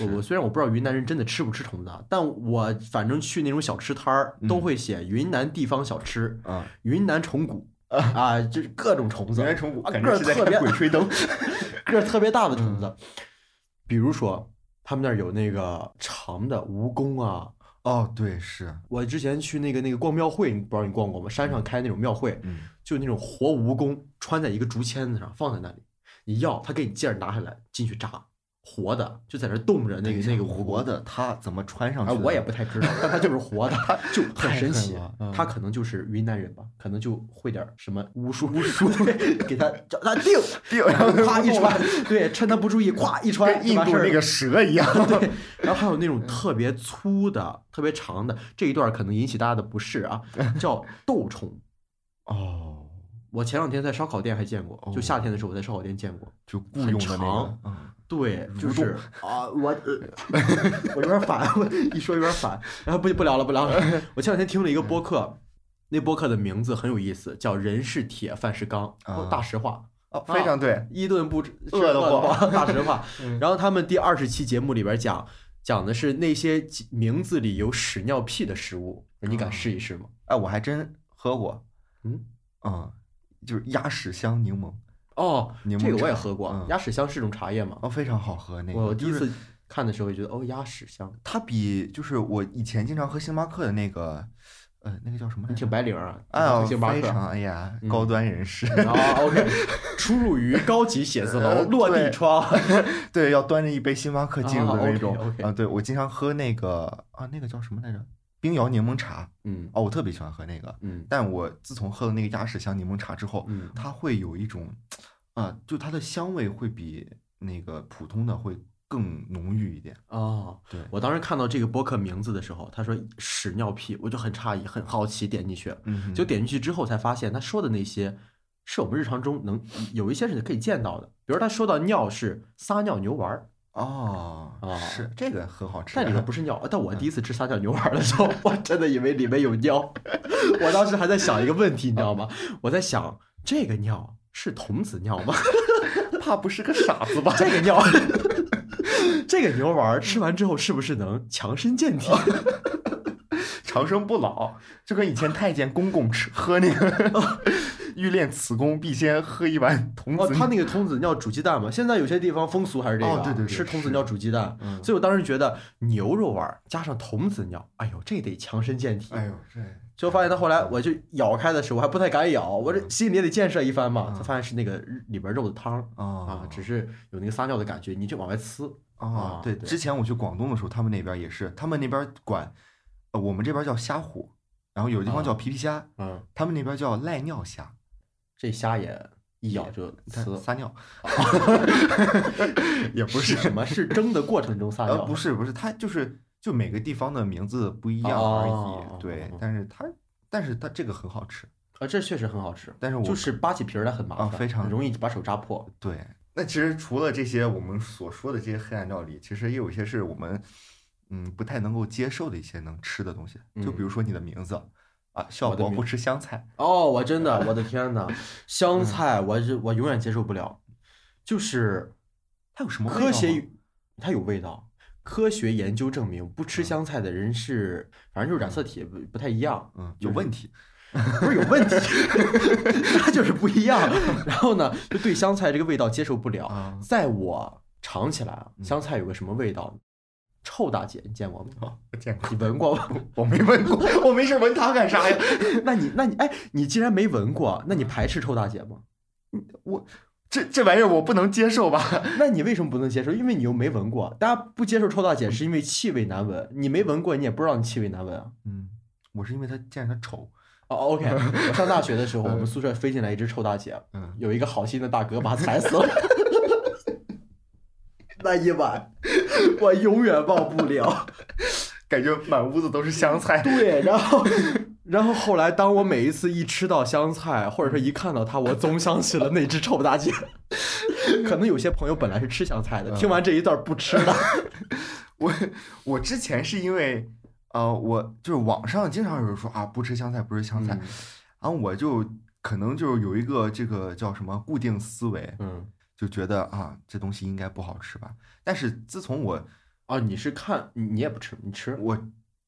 S3: 我我
S4: 是
S3: 虽然我不知道云南人真的吃不吃虫子，啊，但我反正去那种小吃摊儿都
S4: 嗯
S3: 会写云南地方小吃，
S4: 啊，
S3: 云南虫谷啊，就是各种虫子，
S4: 云南虫谷
S3: 啊
S4: 感
S3: 个
S4: 觉
S3: 儿
S4: 是在
S3: 特
S4: 看
S3: 别
S4: 《鬼吹嗯灯》
S3: 个儿特别大的虫子，比如说他们那儿有那个长的蜈蚣啊。
S4: 哦，对，是，
S3: 我之前去那个那个逛庙会，你不知道你逛过吗？山上开那种庙会，
S4: 嗯，
S3: 就那种活蜈蚣穿在一个竹签子上放在那里，你要他给你接着拿下来进去炸，活的就在那儿冻着那个那个蜈
S4: 活
S3: 蚣。
S4: 的它怎么穿上
S3: 啊，
S4: 去的？
S3: 我也 不太知道，但它就是活 的，它就很
S4: 太
S3: 神
S4: 狠
S3: 奇
S4: 了。嗯
S3: 他可能就是云南人吧，可能就会点儿什么巫术，巫术给他叫他 定
S4: 定
S3: 然后啪一
S4: 弄
S3: 穿，对，趁他不注意，咵一穿，
S4: 跟
S3: 就
S4: 印
S3: 完
S4: 度
S3: 事儿
S4: 那
S3: 了
S4: 个蛇一样。
S3: 对，然后还有那种特别粗的、特别长的，这一段可能引起大家的不适 啊，叫豆虫。
S4: 哦，
S3: 我前两天在烧烤店还见过，就
S4: 哦
S3: 夏天的时候我在烧烤店见过。
S4: 就雇佣的那个
S3: 长，
S4: 嗯
S3: 对，就
S4: 蠕
S3: 是啊，我呃我有点反， 我一说有点反，然后不不聊了，不聊了。 我前两天听了一个播客，那播客的名字很有意思，叫“人是铁，饭是钢”，
S4: 啊
S3: 大实话。
S4: 哦，非常对，
S3: 一顿不吃
S4: 饿得慌
S3: 慌，大实话
S4: 嗯。
S3: 然后他们第二十期节目里边讲讲的是那些几名字里有屎尿屁的食物，你敢试一试吗？
S4: 哎，我还真喝过，
S3: 嗯，
S4: 嗯，就是鸭屎香柠檬，
S3: 哦
S4: 柠，檬
S3: 这个
S4: 茶
S3: 我也喝过
S4: 嗯，
S3: 鸭屎香是种茶叶吗？
S4: 哦，非常好喝那个。
S3: 我第一
S4: 就是
S3: 次看的时候也觉得，哦，鸭屎香，
S4: 它比就是我以前经常喝星巴克的那个，呃，那个叫什么来
S3: 你
S4: 着
S3: 挺？白领儿啊，
S4: 哎呦，
S3: 你挺星巴
S4: 非
S3: 克。
S4: 常哎呀
S3: 嗯，
S4: 高端人士，
S3: 啊，OK，出入于高级写字楼
S4: 呃
S3: 落地
S4: 对
S3: 窗，
S4: 对，要端着一杯星巴克进入的
S3: 啊
S4: 那种。
S3: ，OK，OK
S4: 啊，对我经常喝那个啊，那个叫什么来着？冰摇柠檬茶
S3: 嗯
S4: 哦，我特别喜欢喝那个。
S3: 嗯
S4: 但我自从喝了那个鸭屎香柠檬茶之后，
S3: 嗯，
S4: 它会有一种，啊、就它的香味会比那个普通的会更浓郁一点。
S3: 哦，
S4: 啊对
S3: 我当时看到这个播客名字的时候，他说屎尿屁，我就很诧异，很好奇，点进去，
S4: 嗯
S3: 就点进去之后才发现，他说的那些是我们日常中能有一些是可以见到的，比如他说到尿是撒尿牛丸儿，
S4: 哦，
S3: 哦
S4: 是这个很好吃。
S3: 但里面不是尿。但我第一次吃撒尿牛丸儿的 时候，我真的以为里面有尿， 我当时还在想一个问题，你知道吗？我在想这个尿是童子尿吗？
S4: 怕不是个傻子吧？
S3: 这个尿。 这个牛丸儿吃完之后是不是能强身健体？
S4: 长生不老，就跟以前太监公公吃喝那个欲练此功，必先喝一碗童
S3: 哦，
S4: 子
S3: 他
S4: 尿。
S3: 那个童子尿煮鸡蛋嘛，现在有些地方风俗还是这个啊，
S4: 哦对对对
S3: 吃童子
S4: 是
S3: 尿煮鸡蛋。
S4: 嗯
S3: 所以我当时觉得牛肉丸儿加上童子尿，哎呦，这得强身健体。
S4: 哎呦，这
S3: 就发现他后来我就咬开的时候，我还不太敢咬，我这心里也得建设一番嘛。
S4: 嗯
S3: 才发现是那个里边肉的汤儿啊
S4: 啊，
S3: 只是有那个撒尿的感觉，你就往外呲。啊
S4: 啊，对，
S3: 对
S4: 之前我去广东的时候，他们那边也是，他们那边管，呃，我们这边叫虾虎，然后有地
S3: 啊
S4: 方叫皮皮虾，
S3: 嗯，
S4: 他们那边叫赖尿虾，
S3: 这虾也一咬就
S4: 它
S3: 呲，
S4: 撒尿，也不是
S3: 什么，是啊蒸的过程中撒
S4: 呃，
S3: 尿，
S4: 不是不是，它就是就每个地方的名字不一样而
S3: 哦
S4: 已，对
S3: 哦哦，
S4: 但是它但是它这个很好吃，
S3: 啊，这确实很好吃，
S4: 但是我
S3: 就是扒起皮儿来很麻烦，
S4: 啊非常
S3: 很容易把手扎破。
S4: 对，那其实除了这些我们所说的这些黑暗料理，其实也有一些是我们嗯不太能够接受的一些能吃的东西，就比如说你的名字啊，
S3: 嗯我
S4: 笑
S3: 的
S4: 伯
S3: 名
S4: 不吃香菜，
S3: 哦，我真的，我的天呐，
S4: 嗯
S3: 香菜我是我永远接受不了，就是
S4: 它有什么味道
S3: 科学
S4: 吗
S3: 与，它有味道。科学研究证明，不
S4: 嗯
S3: 吃香菜的人是，反正就是染色体不不太一样，
S4: 嗯
S3: 就
S4: 有
S3: 是
S4: 问题，
S3: 不是有问题， 它就是不一样。 然后呢，就对香菜这个味道接受不了
S4: 啊。
S3: 在我尝起来啊，
S4: 嗯
S3: 香菜有个什么味道？臭大姐，你见过吗？
S4: 哦我见过，
S3: 你闻过吗？
S4: 我没闻过，我没事闻它干啥呀？
S3: 那你，那你，哎，你既然没闻过，那你排斥臭大姐吗？
S4: 这这玩意儿我不能接受吧？
S3: 那你为什么不能接受？因为你又没闻过。大家不接受臭大姐
S4: 嗯
S3: 是因为气味难闻，你没闻过，你也不知道你气味难闻啊。
S4: 嗯，我是因为它见着它丑，
S3: 哦，OK、o k 我上大学的时候，我们宿舍飞进来一只臭大姐，
S4: 嗯，
S3: 有一个好心的大哥把它踩死了。 那一晚，我永远忘不了。
S4: 感觉满屋子都是香菜。
S3: 对，然后，然后后来，当我每一次一吃到香菜，或者说一看到它，我总想起了那只臭大姐。 可能有些朋友本来是吃香菜的，听完这一段不吃了。
S4: 我我之前是因为，呃，我就是网上经常有人说啊，不吃香菜，不吃香 菜，
S3: 嗯
S4: 然后我就可能就是有一个这个叫什么固定思维，
S3: 嗯，
S4: 就觉得啊，这东西应该不好吃吧。但是自从我
S3: 啊，你是看你你也不吃，你吃
S4: 我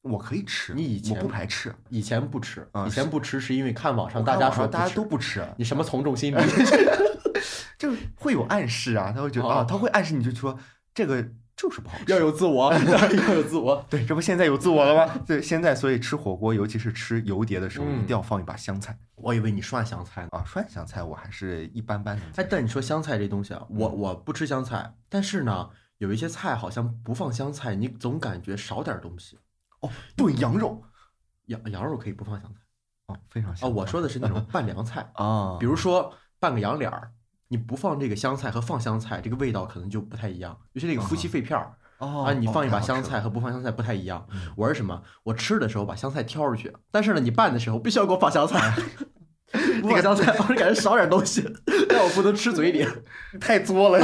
S4: 我可以吃，
S3: 你以前
S4: 我不排斥，
S3: 以前不吃，
S4: 啊
S3: 以前不吃是因为看网上
S4: 我
S3: 大
S4: 看
S3: 家
S4: 网
S3: 说
S4: 上大
S3: 不
S4: 家
S3: 吃
S4: 都不吃，
S3: 你什么从众心 理？
S4: 就会有暗示啊，他会觉得
S3: 哦
S4: 啊，他会暗示你就说这个就是不好吃。
S3: 要有自我，要有自我。
S4: 对，这不现在有自我了吗？对，现在所以吃火锅，尤其是吃油碟的时候，
S3: 嗯
S4: 一定要放一把香菜
S3: 我以为你涮香菜呢。
S4: 啊。涮香菜我还是一般般能接
S3: 哎，
S4: 受。
S3: 但你说香菜这东西啊，我我不吃香菜，但是呢，有一些菜好像不放香菜，你总感觉少点东西。
S4: 哦，炖羊肉
S3: 羊羊肉可以不放香菜
S4: 哦，非常香
S3: 啊，我说的是那种拌凉 菜，
S4: 啊，
S3: 比如说拌个羊脸儿，你不放这个香菜和放香菜，这个味道可能就不太一样。尤其那个夫妻肺片儿，
S4: 啊
S3: 啊，你放一把香，
S4: 哦太好吃
S3: 菜
S4: 了
S3: 和不放香菜不太一样
S4: 嗯。
S3: 我是什么？我吃的时候把香菜挑出去，但是呢，你拌的时候必须要给我放香 菜。不放香菜，我就感觉少点东西， 但我不能吃嘴里，
S4: 太作了。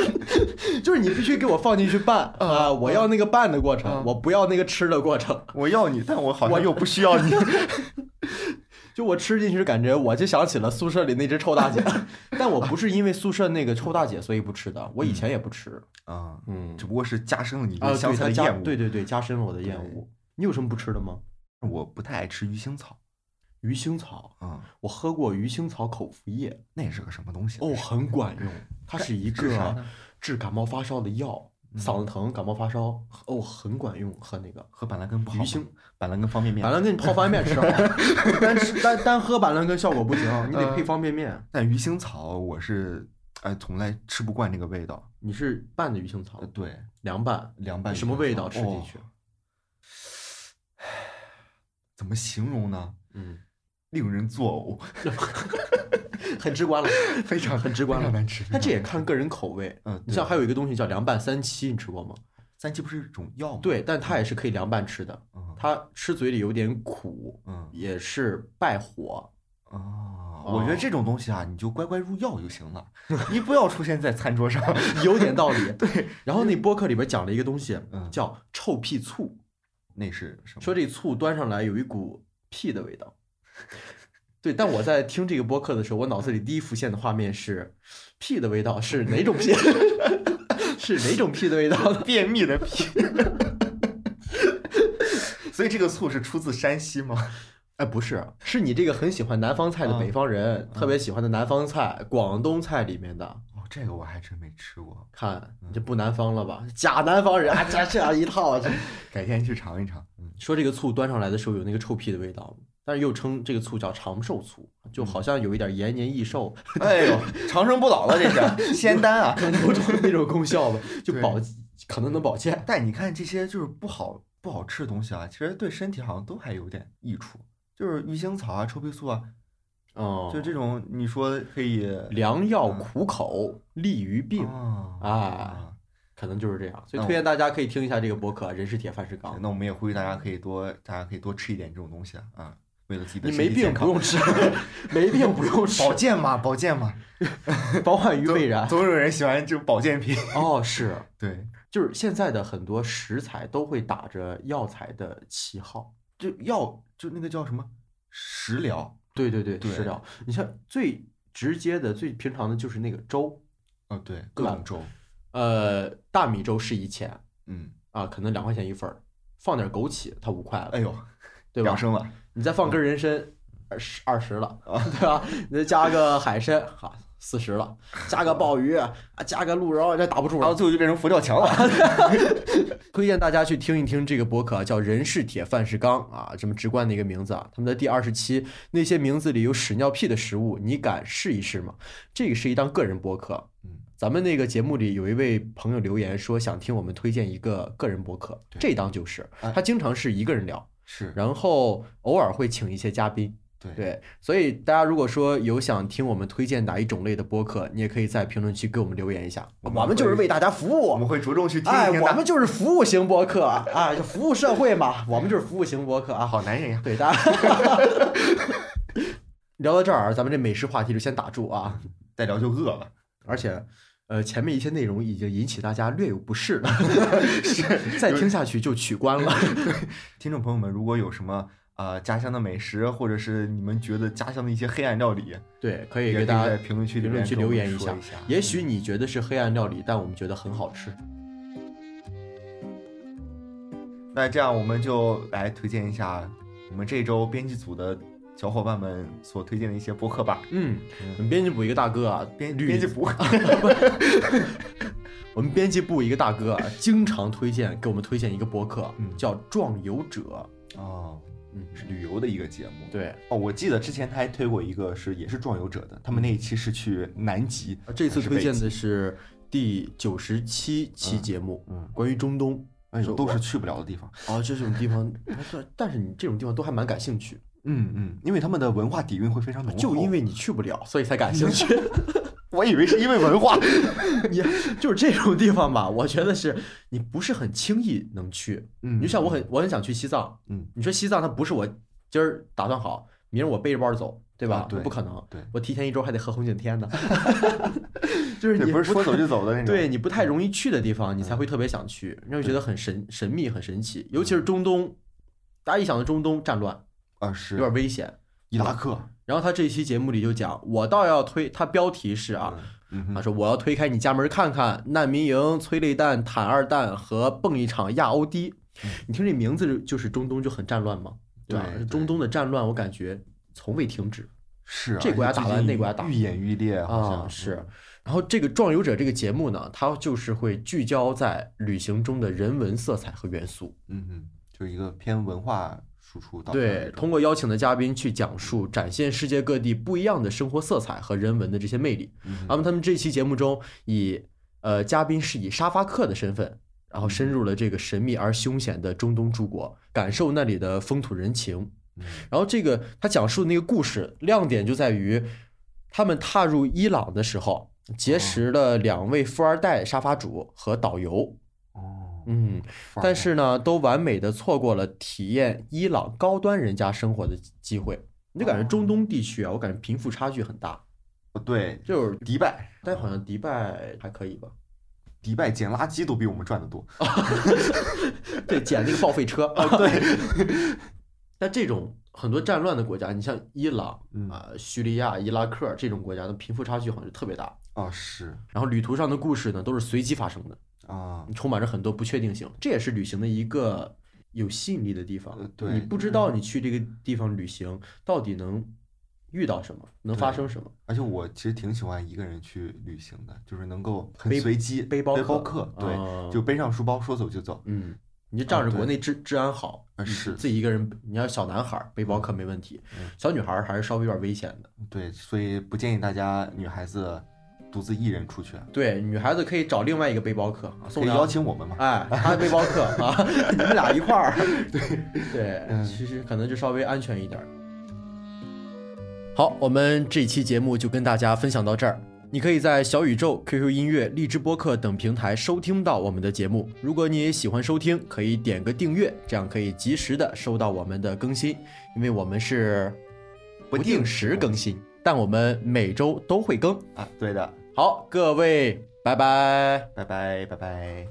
S3: 就是你必须给我放进去拌啊！我要那个拌的过程，
S4: 嗯
S3: 我不要那个吃的过程。
S4: 我要你，但我好像又不需要你。
S3: 就我吃进去，感觉我就想起了宿舍里那只臭大 姐，但我不是因为宿舍那个臭大姐所以不吃的，我以前也不吃。
S4: 啊，
S3: 嗯
S4: 只不过是加深了你
S3: 啊，
S4: 对香
S3: 对
S4: 菜
S3: 它
S4: 的
S3: 加
S4: 厌恶。
S3: 对，对对，加深了我的厌恶。你有什么不吃的吗？
S4: 我不太爱吃鱼腥草
S3: 鱼腥草，
S4: 啊，
S3: 我喝过鱼腥草口服液。
S4: 那是个什么东西？
S3: 哦，很管用，它是嗯一
S4: 治啥
S3: 个
S4: 呢
S3: 治感冒发烧的药，嗓子疼、感冒发烧，哦，很管用，喝那个。
S4: 和板蓝根不好吗
S3: 鱼腥
S4: 板蓝根方便面
S3: 板。蓝根你泡方便面吃 好，单吃单单喝板蓝根效果不行，你得配方便面。
S4: 但鱼腥草我是哎从来吃不惯那个味道。
S3: 你是拌的鱼腥草
S4: 呃，，对，
S3: 凉拌，
S4: 凉拌
S3: 什么味道吃进去
S4: 哦？怎么形容呢？
S3: 嗯，
S4: 令人作
S3: 很直 观了。
S4: 呕，非常
S3: 很直观
S4: 非
S3: 了
S4: 常难吃。
S3: 那这也
S4: 非常难吃
S3: 看个人口味。
S4: 嗯
S3: 你像
S4: 对
S3: 还有一个东西叫凉拌三七，你吃过吗？
S4: 三七不是一种药吗？，
S3: 对，但它也是可以凉拌吃的，
S4: 嗯
S3: 它吃嘴里有点苦，
S4: 嗯
S3: 也是败火。
S4: 哦，
S3: 哦
S4: 我觉得这种东西啊，你就乖乖入药就行了， 你不要出现在餐桌上。
S3: 有点道理。对，然后那播客里边讲了一个东西，
S4: 嗯
S3: 叫臭屁醋，
S4: 那是什么？
S3: 说这醋端上来有一股屁的味道。对，但我在听这个播客的时候，我脑子里第一浮现的画面是，屁的味道是哪种屁？ 是哪种屁的味道？
S4: 便秘的 屁。所以这个醋是出自山西吗？
S3: 哎，不是，是你这个很喜欢南方菜的北方人，特别喜欢的南方菜、广东菜里面的。
S4: 哦，这个我还真没吃过，
S3: 看你这不南方了吧？假南方人啊，这这样一套。这
S4: 改天去尝一尝。嗯，
S3: 说这个醋端上来的时候有那个臭屁的味道，但是又称这个醋叫长寿醋，就好像有一点延年益 寿，
S4: 嗯哎呦，长生不老了，这 是仙丹啊！
S3: 可能有种 那种功效吧，就
S4: 对
S3: 保可能能保健。
S4: 但你看这些就是不好不好吃的东西啊，其实对身体好像都还有点益处，就是鱼腥草啊、臭屁素啊，
S3: 哦，
S4: 就这种你说可以
S3: 良药苦口利于病，
S4: 哦
S3: 啊
S4: 啊。
S3: 可能就是这样。所以
S4: 那我
S3: 推荐大家可以听一下这个博客《人是铁，饭是钢》。
S4: 那我们也呼吁大家可以多，大家可以多吃一点这种东西啊，啊，为了自己的
S3: 你
S4: 身
S3: 没
S4: 体
S3: 病
S4: 健
S3: 不
S4: 康
S3: 用吃， 没病不用吃，
S4: 保健嘛，保健嘛，
S3: 保管于未然。
S4: 总有人喜欢这种保健品。
S3: 哦，是，
S4: 对，
S3: 就是现在的很多食材都会打着药材的旗号。
S4: 就药就那个叫什么食疗
S3: 对对对，
S4: 对
S3: 是的。你像最直接的、最平常的就是那个粥，
S4: 啊，对，各种粥，
S3: 呃，大米粥是一钱
S4: 嗯，
S3: 啊，可能两块钱一份儿，放点枸杞它五块了，
S4: 哎呦，
S3: 对吧
S4: 养？生了，
S3: 你再放根人参，二十二十了，
S4: 啊
S3: 对吧？你再加个海参，哈，四十了，加个鲍鱼啊，加个鹿茸，这打不住
S4: 然后
S3: 了。
S4: 最后就变成佛跳墙了。
S3: 推荐大家去听一听这个博客啊，叫“人是铁，饭是钢”啊，这么直观的一个名字啊。他们的第二十期，那些名字里有屎尿屁的食物，你敢试一试吗？这个是一档个人博客。
S4: 嗯，
S3: 咱们那个节目里有一位朋友留言说想听我们推荐一个个人博客，
S4: 对
S3: 这档就是
S4: 哎
S3: 他经常是一个人聊，
S4: 是，
S3: 然后偶尔会请一些嘉宾。
S4: 对，
S3: 对，所以大家如果说有想听我们推荐哪一种类的播客，你也可以在评论区给我们留言一下，我
S4: 我们会
S3: 们就是为大家服
S4: 我们
S3: 务。
S4: 会着重去 听一
S3: 哎，
S4: 听
S3: 我
S4: 的。
S3: 们就是服务型播客啊，哎就服务社会嘛，我们就是服务型播客啊。好，
S4: 好男人呀，
S3: 对大家 聊到这儿，咱们这美食话题就先打住啊。
S4: 再聊就饿了。
S3: 而且，呃，前面一些内容已经引起大家略有不适了， 再听下去就取关了。
S4: 听众朋友们，如果有什么呃家乡的美食，或者是你们觉得家乡的一些黑暗料理，
S3: 对，可以
S4: 也可
S3: 给
S4: 以
S3: 大
S4: 在
S3: 家
S4: 评论区里
S3: 评论
S4: 面
S3: 区
S4: 跟我
S3: 留
S4: 们
S3: 言一
S4: 说
S3: 下
S4: 一下。
S3: 也许你觉得是黑暗料理，但我们觉得很好吃。
S4: 那这样我们就来推荐一下我们这周编辑组的小伙伴们所推荐的一些播客吧。
S3: 嗯，我们编辑部一个大哥啊，
S4: 编
S3: 屡
S4: 编辑部，
S3: 我们编辑部一个大哥啊，经常推荐给我们推荐一个博客，
S4: 嗯
S3: 叫《壮游者》。
S4: 哦，
S3: 嗯，
S4: 是旅游的一个节目。
S3: 对，
S4: 哦，我记得之前他还推过一个是也是壮游者的，他
S3: 嗯
S4: 们那一期是去南极，
S3: 啊这次
S4: 还是
S3: 推荐
S4: 北极，
S3: 的是第九十七期节目，
S4: 嗯嗯
S3: 关于中东。
S4: 哎呦，都
S3: 我
S4: 是去不了的地方。
S3: 啊，这种地方，但是你这种地方都还蛮感兴趣，
S4: 嗯嗯，因为他们的文化底蕴会非常浓厚。
S3: 就因为你去不哦 了，所以才感兴趣。
S4: 我以为是因为 文化，
S3: 你就是这种地方吧，我觉得是你不是很轻易能去。
S4: 嗯
S3: 你就像我很我很想去西藏，
S4: 嗯，
S3: 你说西藏它不是我今儿打算好，明儿我背着包走，对吧
S4: 啊？对
S3: 不可能，
S4: 对
S3: 我提前一周还得喝红景 天呢。就是
S4: 对，
S3: 你
S4: 不是说
S3: 太
S4: 走就走的那种。 嗯
S3: 对你不太容易去的地方，你才会特别想去，你会觉得很神神秘、很神奇。尤
S4: 嗯
S3: 其是中东，大家一想到中东战乱，
S4: 啊，
S3: 有
S4: 是
S3: 点危险。
S4: 伊拉克，
S3: 然后他这期节目里就讲，我倒要推，他标题是啊，
S4: 嗯
S3: 他
S4: 哼，
S3: 说我要推开你家门看看难民营、催泪弹、坦二弹和蹦一场亚欧低。你听这名字就就是中东就很战乱嘛，吧
S4: 嗯对？对
S3: 中东的战乱我感觉从未停止
S4: 是啊
S3: 这国家打完
S4: 最近
S3: 那国家打
S4: 愈演愈烈，好
S3: 啊，
S4: 像嗯
S3: 是。然后这个《壮游者》这个节目呢，它就是会聚焦在旅行中的人文色彩和元素，
S4: 嗯嗯，就是一个偏文化输出导向的
S3: 对
S4: 这，种
S3: 通过邀请的嘉宾去讲述、展现世界各地不一样的生活色彩和人文的这些魅力。
S4: 嗯
S3: 那么他们这期节目中以，呃嘉宾是以沙发客的身份，然后深入了这个神秘而凶险的中东诸国，感受那里的风土人情。
S4: 嗯
S3: 然后这个他讲述的那个故事亮点就在于，他们踏入伊朗的时候，
S4: 哦
S3: 结识了两位富二代沙发主和导游。
S4: 哦，
S3: 嗯，
S4: 富二代
S3: 但是呢，都完美的错过了体验伊朗高端人家生活的机会。你就感觉中东地区啊，我感觉贫富差距很大，
S4: 哦对，
S3: 就是
S4: 迪拜，哦
S3: 但好像迪拜还可以吧？
S4: 迪拜捡垃圾都比我们赚的多。
S3: 对，捡那个报废车。哦对。 但这种很多战乱的国家，你像伊朗
S4: 嗯
S3: 啊、叙利亚、伊拉克这种国家的贫富差距好像就特别大。
S4: 哦，是
S3: 然后旅途上的故事呢，都是随机发生的，
S4: 啊，
S3: 充满着很多不确定性，这也是旅行的一个有吸引力的地方
S4: 呃。对
S3: 你不知道你去这个地方旅行到底能遇到什么，能发
S4: 对
S3: 生什么。
S4: 而且我其实挺喜欢一个人去旅行的，就是能够很
S3: 背
S4: 随机
S3: 背包客
S4: 包客，对，
S3: 啊
S4: 就背上书包说走就走。
S3: 嗯，你就仗着国内治治安好，
S4: 啊
S3: 你
S4: 是
S3: 自己一个人，你要小男孩儿背包客没问题，小女孩儿还是稍微有点危险的。
S4: 对，所以不建议大家女孩子独自一人出去，啊
S3: 对，女孩子可以找另外一个背包客，啊
S4: 可
S3: 送
S4: 以
S3: 两
S4: 邀请我们嘛。
S3: 哎，他背包客啊， 你们俩一块儿，嗯对对，其实可能就稍微安全一点儿。好，我们这一期节目就跟大家分享到这儿。你可以在小宇宙、QQ 音乐、荔枝播客等平台收听到我们的节目。如果你也喜欢收听，可以点个订阅，这样可以及时的收到我们的更新。因为我们是不定时更新，但我们每周都会更。
S4: 啊，对的，
S3: 好，各位，拜拜。
S4: 拜拜，拜拜。